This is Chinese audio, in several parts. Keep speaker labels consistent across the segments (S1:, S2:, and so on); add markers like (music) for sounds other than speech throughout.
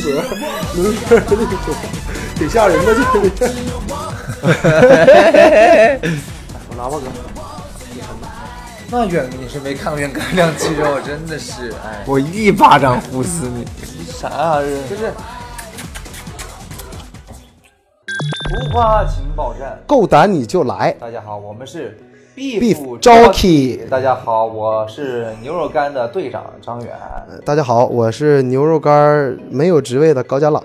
S1: (laughs)
S2: 格，轮格那种，挺吓人的，这个。我拿吧哥，
S3: 那远你是没看过哥亮肌肉，真的是哎，
S4: 我一巴掌呼死你！
S3: 啥啊这？就是突发情报站。
S1: 够胆你就来。
S3: 大家好，我们是
S1: Beef
S3: Beef
S1: Jockey
S3: 大家好，我是牛肉干的队长张远。
S1: 大家好，我是牛肉干儿没有职位的高家朗。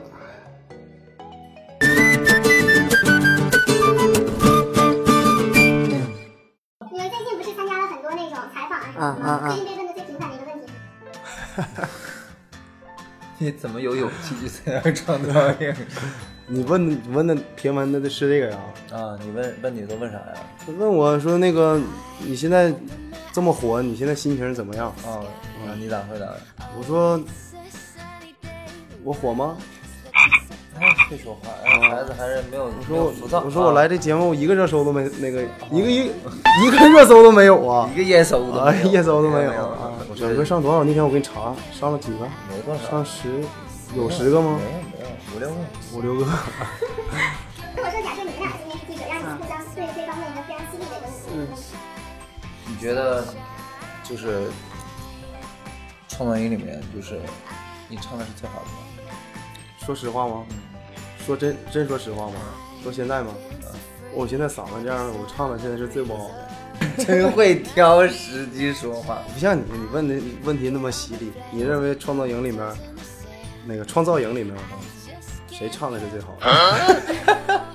S5: 你们最近不是参加了很多那种采访啊什么的
S6: 啊啊
S5: 吗？
S6: 啊
S5: 最近被问的最频繁的一个问题，
S3: 你怎么有勇气去参加创造营？
S1: 你问你问的平文的的是这个呀？
S3: 啊，你问问你都问啥呀？
S1: 他问我说那个你现在这么火，你现在心情怎么样？
S3: 啊，啊你咋回答的？
S1: 我说我火吗？
S3: (laughs) 哎会说话，哎，孩子还是没有
S1: 我
S3: 没
S1: 说
S3: 有浮躁。
S1: 我我说我来这节目，我一个热搜都没那个
S3: 哦
S1: 一个一一个热搜都没有啊
S3: 一，个夜搜都
S1: 啊
S3: 没有
S1: 热搜都没有啊
S3: 啊。我，说
S1: 有个上多少？那天我给你查，上了几个？
S3: 没多少，
S1: 上十有十个吗？
S3: 没有没有五六个。
S1: 五六个。 (laughs)
S5: 如果说假设你们俩是那个记者，让你们互相对对方问一个非常犀利的一个
S6: 嗯
S5: 问题，
S3: 你觉得就是创造营里面，就是你唱的是最好的吗？
S1: 说实话吗？说真真说实话吗？说现在吗？我现在嗓子这样，我唱的现在是最不好的。
S3: 真会挑时机说话。
S1: 不像你，你问的问题那么犀利。你认为创造营里面，那个创造营里面，谁唱的是最好的？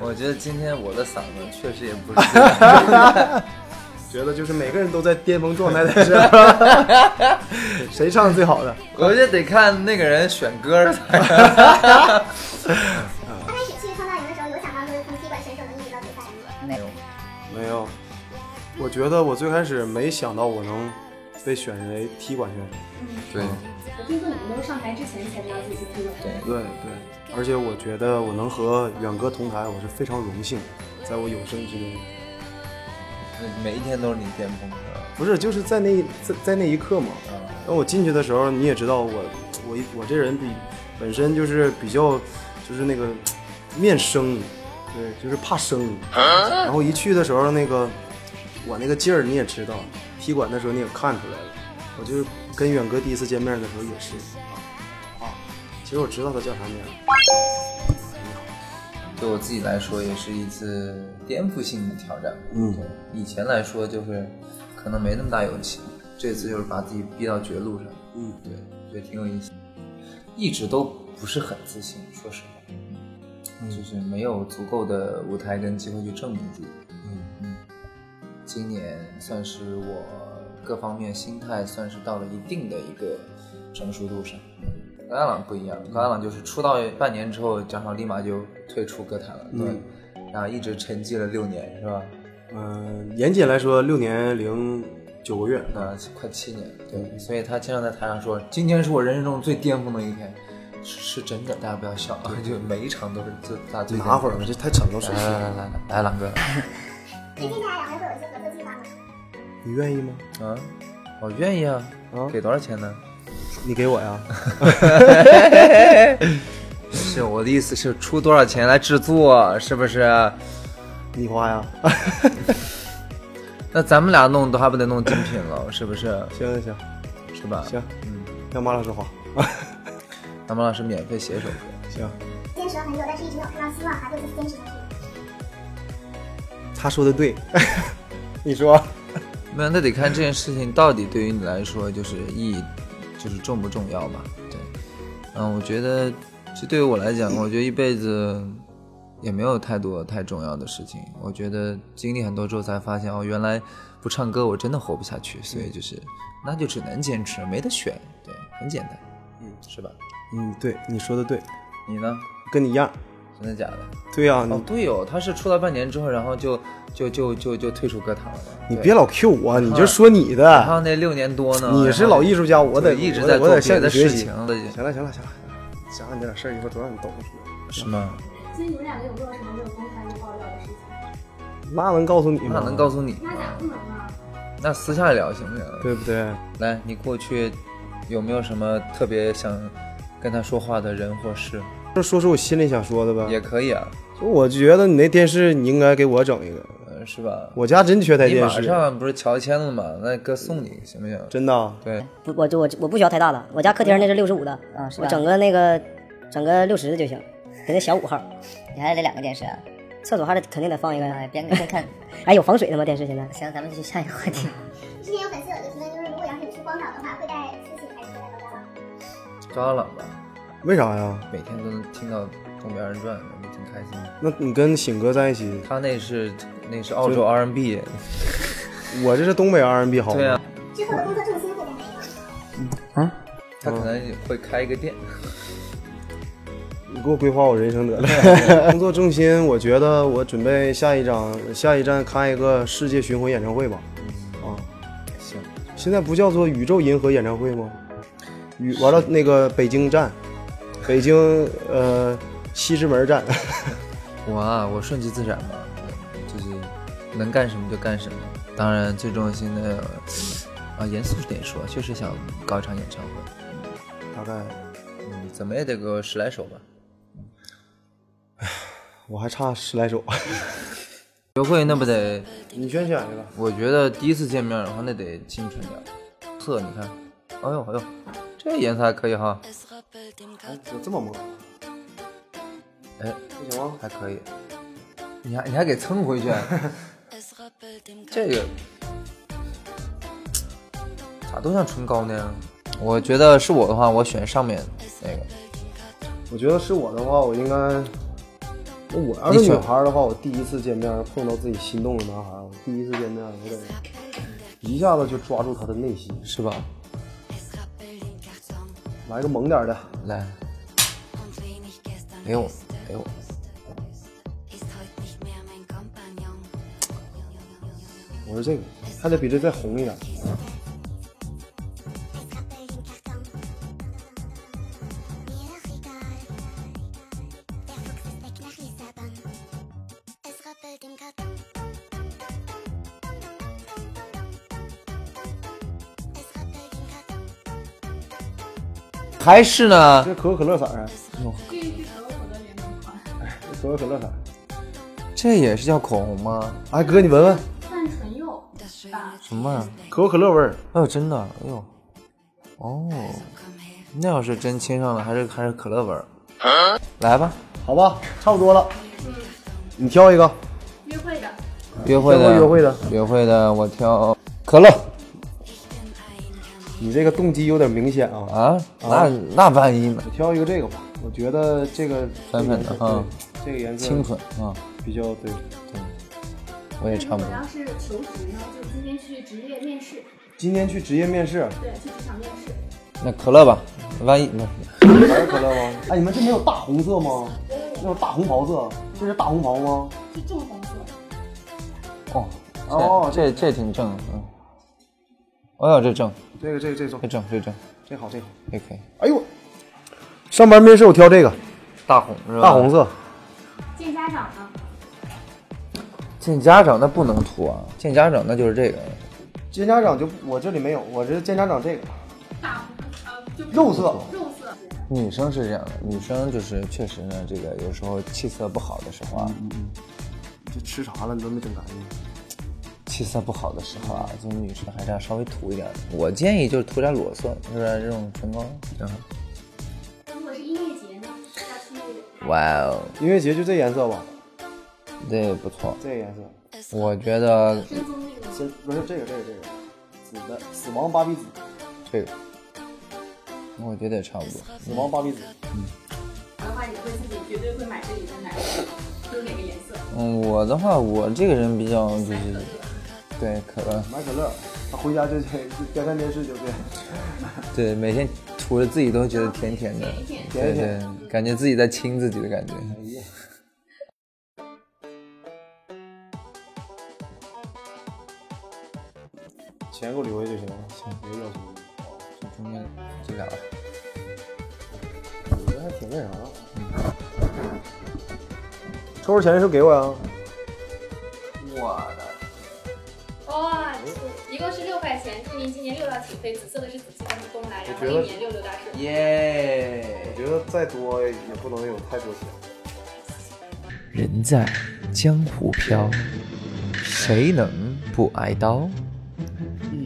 S3: 我觉得今天我的嗓子确实也不是最好，
S1: 觉得就是 (laughs) 每个人都在巅峰状态在这， (laughs) 谁唱的最好的？
S3: 我觉得得看那个人选歌才。
S5: 刚开始去创造营的时候，有想到就是从踢馆选手能一直到决赛吗？
S6: 没有，
S1: 没有，我觉得我最开始没想到我能被选为踢馆选手。
S3: 对
S7: 我听说你们都是上台之前才知道自己是听众。
S1: 对
S3: 对，
S1: 对，而且我觉得我能和远哥同台，我是非常荣幸，在我有生之年，
S3: 每一天都是你巅峰的。
S1: 不是就是在那在在那一刻嘛。当我进去的时候，你也知道我我一我这人比本身就是比较就是那个面生，对，就是怕生。然后一去的时候，那个我那个劲儿你也知道，踢馆的时候你也看出来了。我就是跟远哥第一次见面的时候也是啊，啊其实我知道他叫啥名儿。
S3: 对我自己来说，也是一次颠覆性的挑战。
S1: 嗯
S3: 对，以前来说就是可能没那么大勇气，这次就是把自己逼到绝路上。
S1: 嗯，
S3: 对，觉得挺有意思。一直都不是很自信，说实话，嗯、就是没有足够的舞台跟机会去证明自己。
S1: 嗯
S3: 今年算是我各方面心态算是到了一定的一个成熟度上。高大朗不一样，高大朗就是出道半年之后，正好立马就退出歌坛了，对，
S1: 嗯
S3: 然后一直沉寂了六年，是吧？
S1: 嗯，严谨来说，六年零九个月。
S3: 那快七年，对，所以他经常在台上说，今天是我人生中最巅峰的一天，是是真的，大家不要笑，啊，就每一场都是最大最巅峰
S1: 哪会儿吧，这太沉了，水
S3: 来来来来来，朗哥，
S5: 那接下来两位会有一些合作计划吗？
S1: 你愿意吗？
S3: 啊，我愿意啊，
S1: 啊
S3: 给多少钱呢？
S1: 你给我呀？
S3: 是我的意思是出多少钱来制作，是不是？
S1: 你花呀？
S3: 那咱们俩弄都还不得弄精品了，是不是？
S1: 行行
S3: 是吧？
S1: 行行，
S3: 嗯，
S1: 让马老师花。
S3: 咱们老师免费写一首歌。
S1: 行，
S5: 坚持了很久，但是一直没有看到希望，还会继续坚持下去。
S1: 他说的对。你说，
S3: 没有，那得看这件事情到底对于你来说就是意义，就是重不重要吧？对，嗯，我觉得这对于我来讲，我觉得一辈子也没有太多太重要的事情。我觉得经历很多之后才发现，哦，原来不唱歌我真的活不下去，所以
S1: 嗯
S3: 就是那就只能坚持，没得选，对，很简单，嗯，是吧？
S1: 嗯，对，你说的对，
S3: 你呢？
S1: 跟你一样。
S3: 真的假的？
S1: 对呀、你、
S3: 哦，对哦，他是出道半年之后，然后就就就就就退出歌坛了。
S1: 你
S3: 对
S1: 别，老 Q 我，你就说你
S3: 还有
S1: 的。
S3: 那六年多呢。
S1: 你是老艺术家，我得
S3: 就一直
S1: 我得
S3: 在
S1: 我
S3: 做
S1: 得
S3: 别
S1: 向你
S3: 的
S1: 学
S3: 事
S1: 习。
S3: 情
S1: 行
S3: 了，
S1: 了行了行了，想想你这点事儿，一会儿都让你懂出来。
S3: 是吗？
S7: 所以你们两个有没有什么没有公开的爆料的事情？
S1: 那能告诉你
S3: 那
S1: 吗？
S3: 能告诉你
S7: 那
S3: 吗
S7: 咋？不能啊？
S3: 那私下聊行不行？
S1: 对不对？
S3: 来，你过去有没有什么特别想跟他说话的人或事？
S1: 就说说我心里想说的呗。
S3: 也可以啊，
S1: 就我觉得你那电视你应该给我整一个，
S3: 呃，是吧？
S1: 我家真缺台
S3: 你
S1: 电
S3: 马
S1: 视，
S3: 上不是乔迁了吗？那哥送你行不行？
S1: 真的啊。
S3: 对，
S6: 不，我就我我不需要太大的，我家客厅那是六十五的，
S8: 啊是吧
S6: 我整个那个整个六十的就行，肯定小五号，
S8: 你还得两个电视啊？
S6: 厕所还得肯定得放一个。
S8: 哎，边边看，
S6: 哎，有防水的吗？电视现在？
S8: 行，咱们继续下一个话题。
S5: 之前有粉丝有一个提问，就是如果要是你去荒岛的话，会带自信还是带包包？
S3: 高朗吧，
S1: 为啥呀？
S3: 每天都能听到东北二人转，我们挺开心的。
S1: 那你跟醒哥在一起，
S3: 他那是那是澳洲
S1: 哦
S3: R&B，
S1: 我这是东北 R&B 好吗
S3: 对啊，
S5: 之后的工作重心会在哪一方？
S3: 他可能会开一个店。
S1: 你给我规划我人生得
S3: (laughs)
S1: 了。工作重心，我觉得我准备下一张下一站开一个世界巡回演唱会吧。啊，
S3: 行，
S1: 现在不叫做宇宙银河演唱会吗？宇完了那个北京站，北京呃西直门站， (laughs)
S3: 我啊，我顺其自然吧，就是能干什么就干什么。当然，最终现在啊，严肃点说，确实想搞一场演唱会，
S1: 大概
S3: 嗯，怎么也得个十来首吧。
S1: 我还差十来首。 (laughs)
S3: 约会那不得，
S1: 你先选一个，
S3: 我觉得第一次见面的话，那得清纯点儿。色，你看，哎呦哎呦，这颜色还可以哈，
S1: 有这么摸？
S3: 哎，
S1: 不行吗？
S3: 还可以。你还你还给蹭回去，啊这个咋都像唇膏那样？我觉得是我的话，我选上面那个。
S1: 我觉得是我的话，我应该，那我要
S3: 你
S1: 是女
S3: 选
S1: 孩儿的话，我第一次见面碰到自己心动的男孩儿，我第一次见面，我得一下子就抓住他的内心，
S3: 是吧？
S1: 来个猛点儿的。
S3: 来，给我，给我，
S1: 我说这个还得比这再红一点。
S3: 还是呢？
S1: 这可口可乐色儿啊，
S7: 这一批可口可乐联名款，
S1: 这可口可乐色儿。
S3: 这也是叫口红吗？
S1: 哎哥，你闻闻，
S7: 泛唇釉，
S3: 什么玩意儿？
S1: 可口可乐味儿。
S3: 哎呦，真的，哎呦，哦，那要是真亲上了，还是还是可乐味儿。来吧，
S1: 好吧，差不多了。你挑一个，
S7: 约会的，
S3: 约会
S1: 见
S3: 的，
S1: 过约会的，
S3: 约会的，我挑可乐
S1: 你这个动机有点明显啊。
S3: 啊，那那万一呢？
S1: 我挑一个这个吧，我觉得这个
S3: 粉粉的啊，
S1: 这个颜色
S3: 清纯啊，
S1: 比较对。
S3: 我也
S7: 如
S3: 差
S7: 果
S3: 不多。
S7: 要是求职呢，就今天去职业面试，
S1: 今天去职业面试，
S7: 对，去职场面试，
S3: 那可乐吧，万一那
S1: 还是可乐吗？哎，你们这没有大红色吗？那种大红袍色，这是大红袍吗？
S7: 是正红色，
S3: 哦
S1: 哦
S3: 这这这挺正，嗯，哎呦，这正，
S1: 这个这个这种
S3: 这正，这正，
S1: 这好这好。
S3: 也可以。
S1: 哎呦，上班面试我挑这个
S3: 大红是吧？
S1: 大红色，
S7: 见家长呢，
S3: 见家长那不能涂啊，见家长那就是这个
S1: 见家长就我这里没有，我这见家长这个
S7: 大红呃就
S1: 肉色。
S7: 肉色，
S3: 女生是这样的，女生就是确实呢，这个有时候气色不好的时候啊，
S1: 这吃啥了？你都没整干净。
S3: 气色不好的时候啊，就是女生还是要稍微涂一点的。我建议就是涂点裸色，就是这种唇膏。然后，
S7: 如果是音乐节呢，要去
S3: 哇哦，
S1: 音乐节就这颜色吧，
S3: 这也不错，
S1: 这个颜色，
S3: 我觉得
S7: 深棕那个，
S1: 这不是这个这个这个，紫的死亡芭比紫，
S3: 这个，我觉得也差不多。
S1: 死亡芭比紫，
S7: 的话你会自己绝对会买这里的哪个，就是哪个颜色，
S3: 嗯，我的话，我这个人比较就是，对可能
S1: 买可乐，他回家就去边看电视就变。
S3: 对每天涂着自己都觉得甜甜的，对对，感觉自己在亲自己的感觉。
S1: 哎呀，钱给我留下就行了，行，别要求了。
S3: 就中间嗯这俩吧，
S1: 我觉得还挺那啥的。抽着钱的时候给我呀，
S3: 我的
S9: 哇，一共是六块钱，祝您今年六到七
S7: 黑，紫色的是紫色的东来，
S1: 我
S7: 然后
S1: 觉得
S7: 一年六六大顺。
S3: 耶、
S1: 我觉得再多也不能有太多钱。
S3: 人在江湖飘，谁能不挨刀？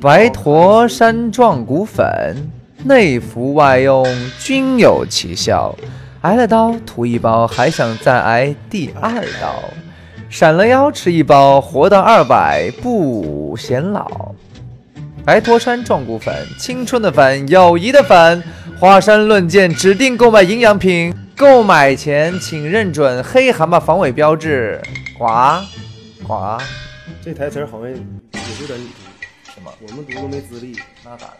S3: 白驼山壮骨粉，内服外用均有奇效。挨了刀涂一包，还想再挨第二刀；闪了腰吃一包，活到二百不显老。白驼山壮骨粉，青春的粉，友谊的粉。华山论剑指定购买营养品，购买前请认准黑蛤蟆防伪标志。呱呱，
S1: 这台词儿好像也就咱
S3: 什么？
S1: 我们读都没资历。
S3: 那咋的？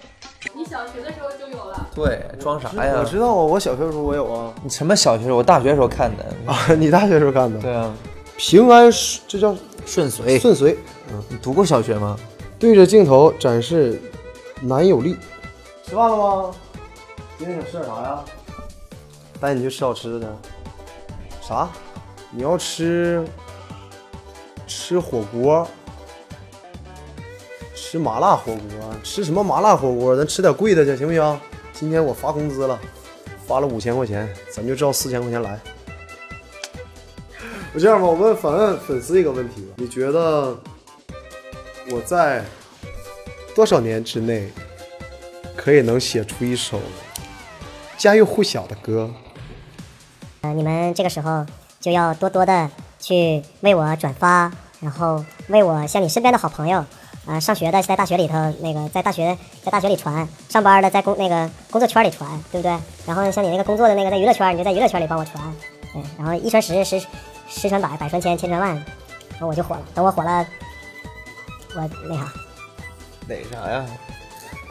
S7: 你小学的时候就有了，
S3: 对，装啥呀
S1: 我？知道啊，我小学的时候我有啊。 (laughs)
S3: 你什么小学时候？我大学时候看的。
S1: 啊，你大学时候看的？
S3: 对啊，
S1: 平安是，这叫
S3: 顺遂。
S1: 顺遂。
S3: 你读过小学吗？
S1: 对着镜头展示男友力。吃饭了吗？今天想吃点啥呀？带你去吃好吃的。啥？你要吃吃火锅，吃麻辣火锅，吃什么麻辣火锅？咱吃点贵的去，行不行？今天我发工资了，发了五千块钱，咱就照四千块钱来。 (laughs) 我这样吧，我问反问粉丝一个问题：你觉得我在多少年之内可以能写出一首家喻户晓的歌？
S6: 呃，你们这个时候就要多多的去为我转发，然后为我向你身边的好朋友，啊、上学的在大学里头那个在大学在大学里传，上班的在工那个工作圈里传，对不对？然后像你那个工作的那个在娱乐圈，你就在娱乐圈里帮我传，对，然后一传十，十十传百，百传千，千传万，然后我就火了。等我火了，我那啥，
S3: 哪啥呀？
S1: (laughs)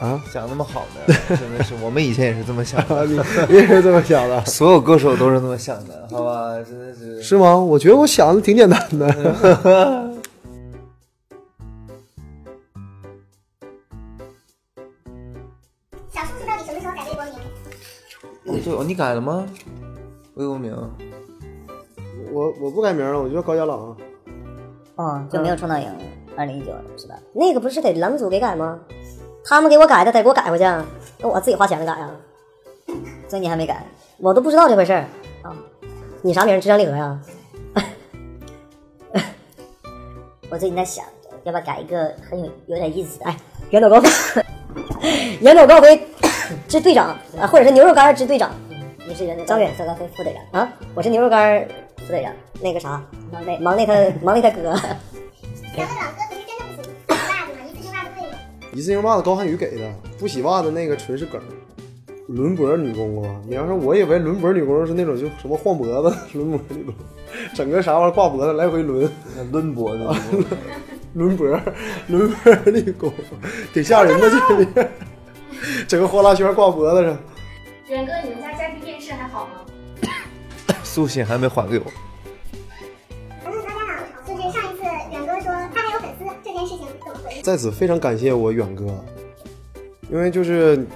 S1: 啊，
S3: 想那么好 (laughs) 呢，真的是，我们以前也是这么想的，
S1: 你你也是这么想的，
S3: (laughs) 所有歌手都是这么想的，好吧？真的是。
S1: 是吗？我觉得我想的挺简单的。
S5: 小数字到底什么时候改微博名？
S3: 对哦，你改了吗？魏公明，
S1: (laughs) 我我不改名了，我就叫高家朗。
S8: 哦，就没有创造营，二零一九是吧？
S6: 那个不是得栏目组给改吗？他们给我改的，得给我改回去，啊那我自己花钱改啊，
S8: 这你还没改，
S6: 我都不知道这回事儿啊。你啥名儿？智商励合呀？ (laughs)
S8: 我最近在想，要不要改一个很有有点意思的？哎，
S6: 远走高飞， (laughs) 远走高飞支队长啊，或者是牛肉干儿支队长
S8: 不是原来
S6: 张远
S8: 色高飞副队长，
S6: 啊，我是牛肉干儿
S8: 副队长，
S6: 那个啥，忙内忙内他忙内他哥， (laughs)
S5: 然后老哥不是真的不行，袜子嘛，一次性袜子贵嘛。
S1: 一次性袜子高瀚宇给的，不洗袜子那个纯是梗儿。轮脖女工啊，你要说我以为轮脖女工是那种就什么晃脖子、 (laughs) 轮脖那种，整个啥玩意儿挂脖子来回抡，
S3: 抡脖子，
S1: 轮脖、 (laughs) 轮脖立功，挺吓人的这
S3: (laughs)
S1: 里，整个呼啦圈挂脖子上。
S7: 远哥，你们家家具电视还好吗？
S3: 苏醒还没还给我。
S5: 我问大家好，就是上一次远哥说他还有粉丝这件事情怎么回事？
S1: 在此非常感谢我远哥，因为就是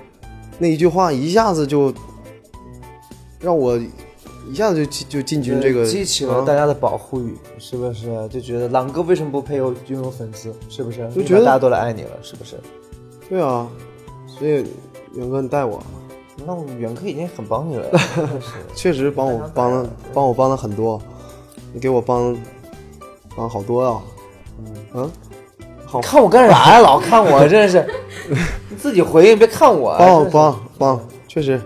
S1: 那一句话一下子就让我一下子就进就进军这个，
S3: 激起了大
S1: 啊
S3: 家的保护欲，是不是？就觉得狼哥为什么不配有拥有粉丝？是不是？
S1: 就觉得
S3: 大家都来爱你了，是不是？
S1: 对啊，所以远哥你带我，
S3: 那我远科已经很帮你了，
S1: 确实帮我帮了帮我帮了很多，你给我帮帮好多啊，嗯，好
S3: (laughs) 看我干啥呀？老看我，真 (laughs) 是，你自己回应，别看我，
S1: 帮我
S3: 哎真是
S1: 帮帮，确实。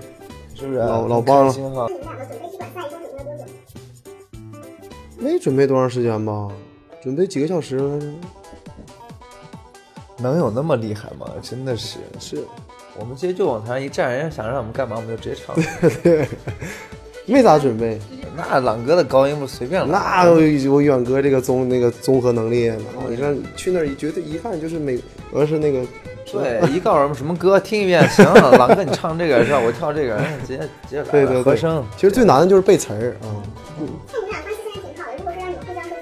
S3: 是哦不是？啊
S1: 老老帮了
S3: 很开心哈
S5: 你们两个准备一管赛一共准备了多久？
S1: 没准备多长时间吧，准备几个小时来着？
S3: 能有那么厉害吗？真的是，
S1: 是，
S3: 我们直接就往台上一站，人家想让我们干嘛，我们就直接 (laughs) 唱。
S1: 没咋准备。
S3: 那朗哥的高音不随便拉，
S1: 那我我远哥这个综那个综合能力，那我让去那儿一绝对一看就是美，而是那个
S3: 对，一告诉我们什么歌，听一遍，行，朗哥你唱这个是吧？我跳这个，直接直接来
S1: 对对对
S3: 和声。
S1: 其实最难的就是背词儿啊。
S5: 那你们俩关系现在挺好的，如果说让你们互相说出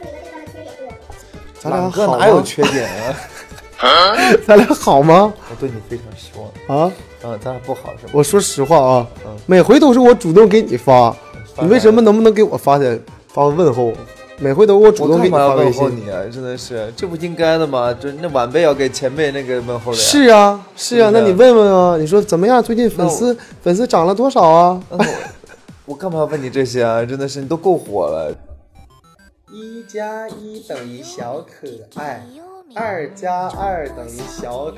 S5: 一个对方的缺点，对吧？
S1: 咱俩
S3: 朗哥
S1: 好
S3: 哪有
S1: 吗？
S3: 缺点啊？
S1: (laughs) 咱俩好吗？
S3: 我对你非常失望。
S1: 啊，
S3: 嗯，咱俩不好是吧？
S1: 我说实话啊
S3: 嗯，
S1: 每回都是我主动给你发，
S3: 发
S1: 你为什么能不能给我发点发个问候？每回都我主
S3: 我
S1: 动给
S3: 干
S1: 你
S3: 嘛
S1: 发
S3: 要
S1: 微
S3: 问候
S1: 信。
S3: 你啊？真的是，这不应该的吗？就那晚辈要给前辈那个问候的呀。
S1: 是啊，是啊，
S3: 是不
S1: 那
S3: 是
S1: 你问问啊，你说怎么样？最近粉丝粉丝涨了多少啊？
S3: 嗯，我我干嘛要问你这些啊？真的是，你都够火了。
S2: 一加一等于小可爱，二加二等于小可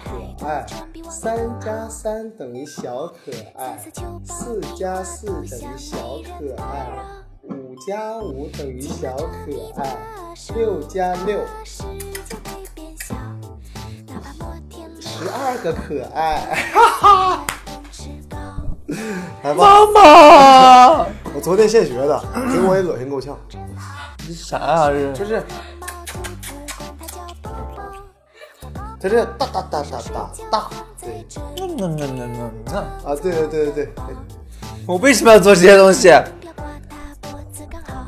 S2: 爱，三加三等于小可爱，四加四等于小可爱，五加五等于小可爱，六加六，十二个可哎爱。
S1: 来吧，
S3: 妈，
S1: 我昨天现学的，给我也恶心够呛。
S3: 这啥呀、啊？这
S1: 就是，他这哒哒哒哒哒哒，对啊，对对对对对，
S3: 我为什么要做这些东西？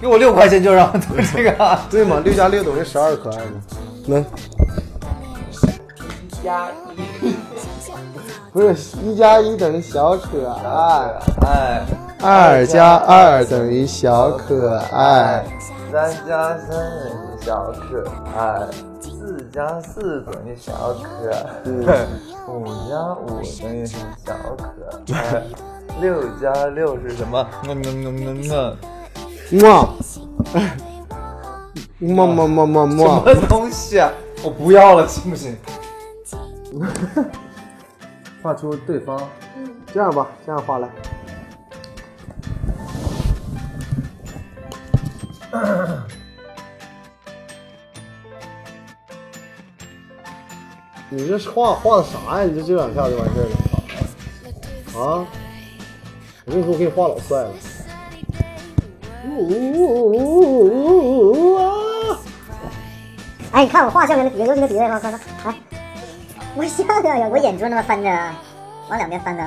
S3: 给我六块钱就让我做这个啊。
S1: 对嘛，六加六等于十二可爱嘛？能。
S2: 不是一加一等于小可爱，
S3: (laughs) 哎，
S2: 二加二等于小可爱。
S3: 三加三等于小可爱，四加四等于小可爱，五加五等于小可爱，六加六是什么？嗯嗯嗯嗯嗯，
S1: 么，么么么么么，
S3: 什么东西啊？我不要了，信不 (laughs) 信？画出对方，
S1: 这样吧，这样画来。 (coughs) 你这画画的啥呀？你就这两下就完事儿了啊？我跟你说，我给你画老帅了。
S6: 哎，你看我画像原来比，尤其那比例，看看看，哎， (laughs) 我笑呀呀，我
S8: 我
S6: 眼
S8: 眼珠那么翻着，往两边翻
S6: (laughs)
S8: 着，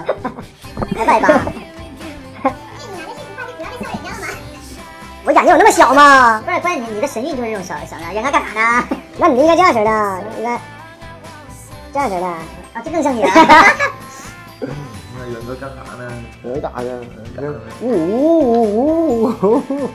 S8: 还外八。
S6: 我眼睛有那么小吗？
S8: 不是，关键你你的神韵就是这种小小样，人家干啥呢？
S6: (laughs) 那你应该这样式儿的，应该这样式儿的，
S8: 啊，这更像你
S6: (laughs)
S8: 了。 (laughs)
S3: 那元哥干啥呢？
S1: 你干啥呢？呜呜呜呜！